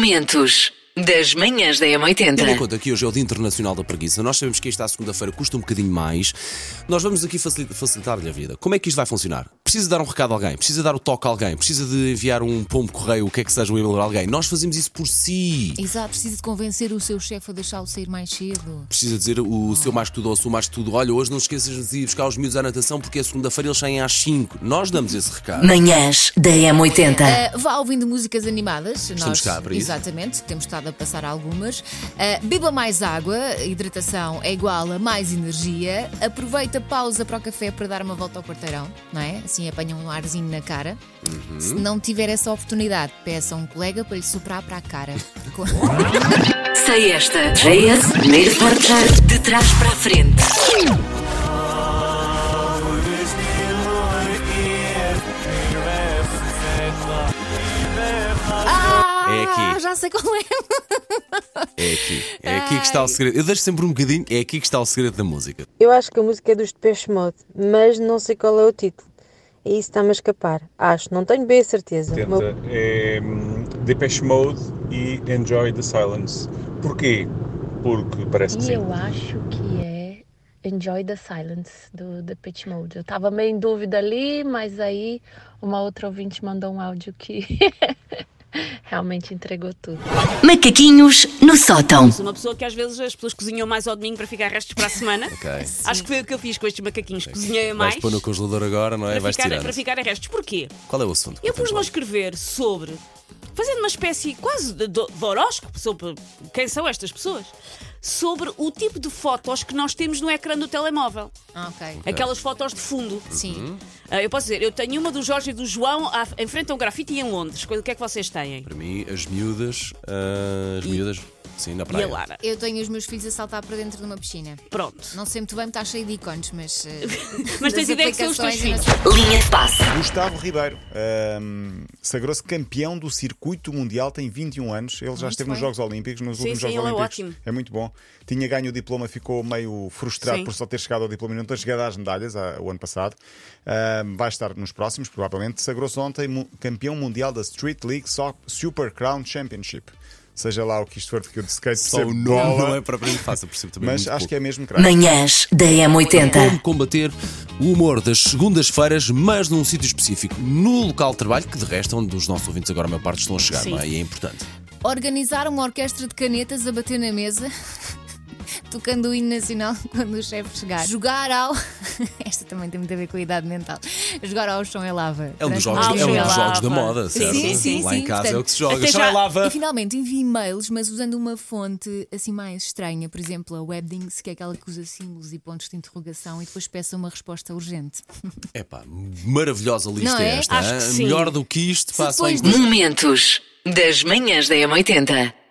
Momentos das manhãs da Tendo em M80. conta que hoje é o Dia Internacional da Preguiça, nós sabemos que esta à segunda-feira custa um bocadinho mais, nós vamos aqui facili- facilitar-lhe a vida. Como é que isto vai funcionar? Precisa dar um recado a alguém, precisa dar o toque a alguém, precisa de enviar um pombo correio, o que é que seja, um e-mail a alguém. Nós fazemos isso por si. Exato, precisa de convencer o seu chefe a deixá-lo sair mais cedo. Precisa dizer o seu mais que tudo ou o seu mais que tudo. Olha, hoje não se esqueças de ir buscar os miúdos à natação porque a segunda-feira eles saem às 5. Nós damos esse recado. Manhãs da M80. Ah, vá ouvindo músicas animadas. Nós, cá para isso. Exatamente, temos estado a passar algumas. Ah, beba mais água, hidratação é igual a mais energia. Aproveita a pausa para o café para dar uma volta ao quarteirão, não é? Assim apanha um arzinho na cara. Uhum. Se não tiver essa oportunidade, peça a um colega para lhe soprar para a cara. Sei esta. JS, primeiro portar de trás para a frente. ah, É aqui. já sei qual é. É aqui. É aqui que está o segredo. Eu deixo sempre um bocadinho, é aqui que está o segredo da música. Eu acho que a música é dos Depeche Mode, mas não sei qual é o título. E isso está-me a escapar. Acho, não tenho bem a certeza. O meu 70 é hum, Depeche Mode e Enjoy the Silence. Porquê? Porque parece que E sim. eu acho que é Enjoy the Silence do The Pitch Mode. Eu tava meio em dúvida ali, mas aí uma outra ouvinte mandou um áudio que realmente entregou tudo. Macaquinhos no sótão. Sou uma pessoa que às vezes as pessoas cozinham mais ao domingo para ficar restos para a semana. Acho que foi o que eu fiz com estes macaquinhos. Cozinhei mais Vais pôr no congelador agora, não é? para, Vais ficar, tirar. para ficar a restos. Porquê? Qual é o assunto? Eu Contamos pus-me a lá. escrever sobre. Fazendo uma espécie quase de, de- de horóscopo sobre quem são estas pessoas, sobre o tipo de fotos que nós temos no ecrã do telemóvel. Ah, ok. Aquelas fotos de fundo. Uhum. Sim. Ah, eu posso dizer, eu tenho uma do Jorge e do João à- em frente a um grafite em Londres. O que é que vocês têm? Para mim, as miúdas. ah, as miúdas. Sim, na E praia. a Lara. Eu tenho os meus filhos a saltar para dentro de uma piscina. Pronto. Não sei muito bem, está cheio de ícones, mas. eh, Mas tens das ideia que são os teus aplicações e não filhos? sei- Linha de passe. Gustavo Ribeiro hum, sagrou-se campeão do circuito mundial, tem 21 anos. Ele já esteve nos bem. Jogos Olímpicos, nos Sim, últimos sim, Jogos ele é Olímpicos. ótimo. muito bom. Tinha ganho o diploma, ficou meio frustrado Sim. por só ter chegado ao diploma e não ter chegado às medalhas ah, o ano passado. Hum, vai estar nos próximos, provavelmente. Sagrou-se ontem mu- campeão mundial da Street League So- Super Crown Championship. Seja lá o que isto for, porque eu de skate Só o percebo nome bola, não é propriamente fácil, percebo também. mas muito acho pouco. que é mesmo craque. Manhãs da M80. Como combater o humor das segundas-feiras, mas num sítio específico, no local de trabalho, que de resto é onde os nossos ouvintes agora a maior parte estão a chegar, Sim. não é? E é importante. Organizar uma orquestra de canetas a bater na mesa, tocando o hino nacional quando o chefe chegar. Jogar ao. Esta também tem muito a ver com a idade mental. Jogar ao chão é lava. É um dos jogos, Ah, é um o dos chão é jogos da lava. moda, certo? Sim, sim, Lá sim, em casa é o que se portanto, joga. até Chama já- lava! E finalmente envio e-mails, mas usando uma fonte assim mais estranha, por exemplo a Webdings, que é aquela que usa símbolos e pontos de interrogação e depois peça uma resposta urgente. Epá, maravilhosa lista Não é? esta. Acho hã? que sim. Melhor do que isto, um Se passa depois em disto Momentos das manhãs da M80.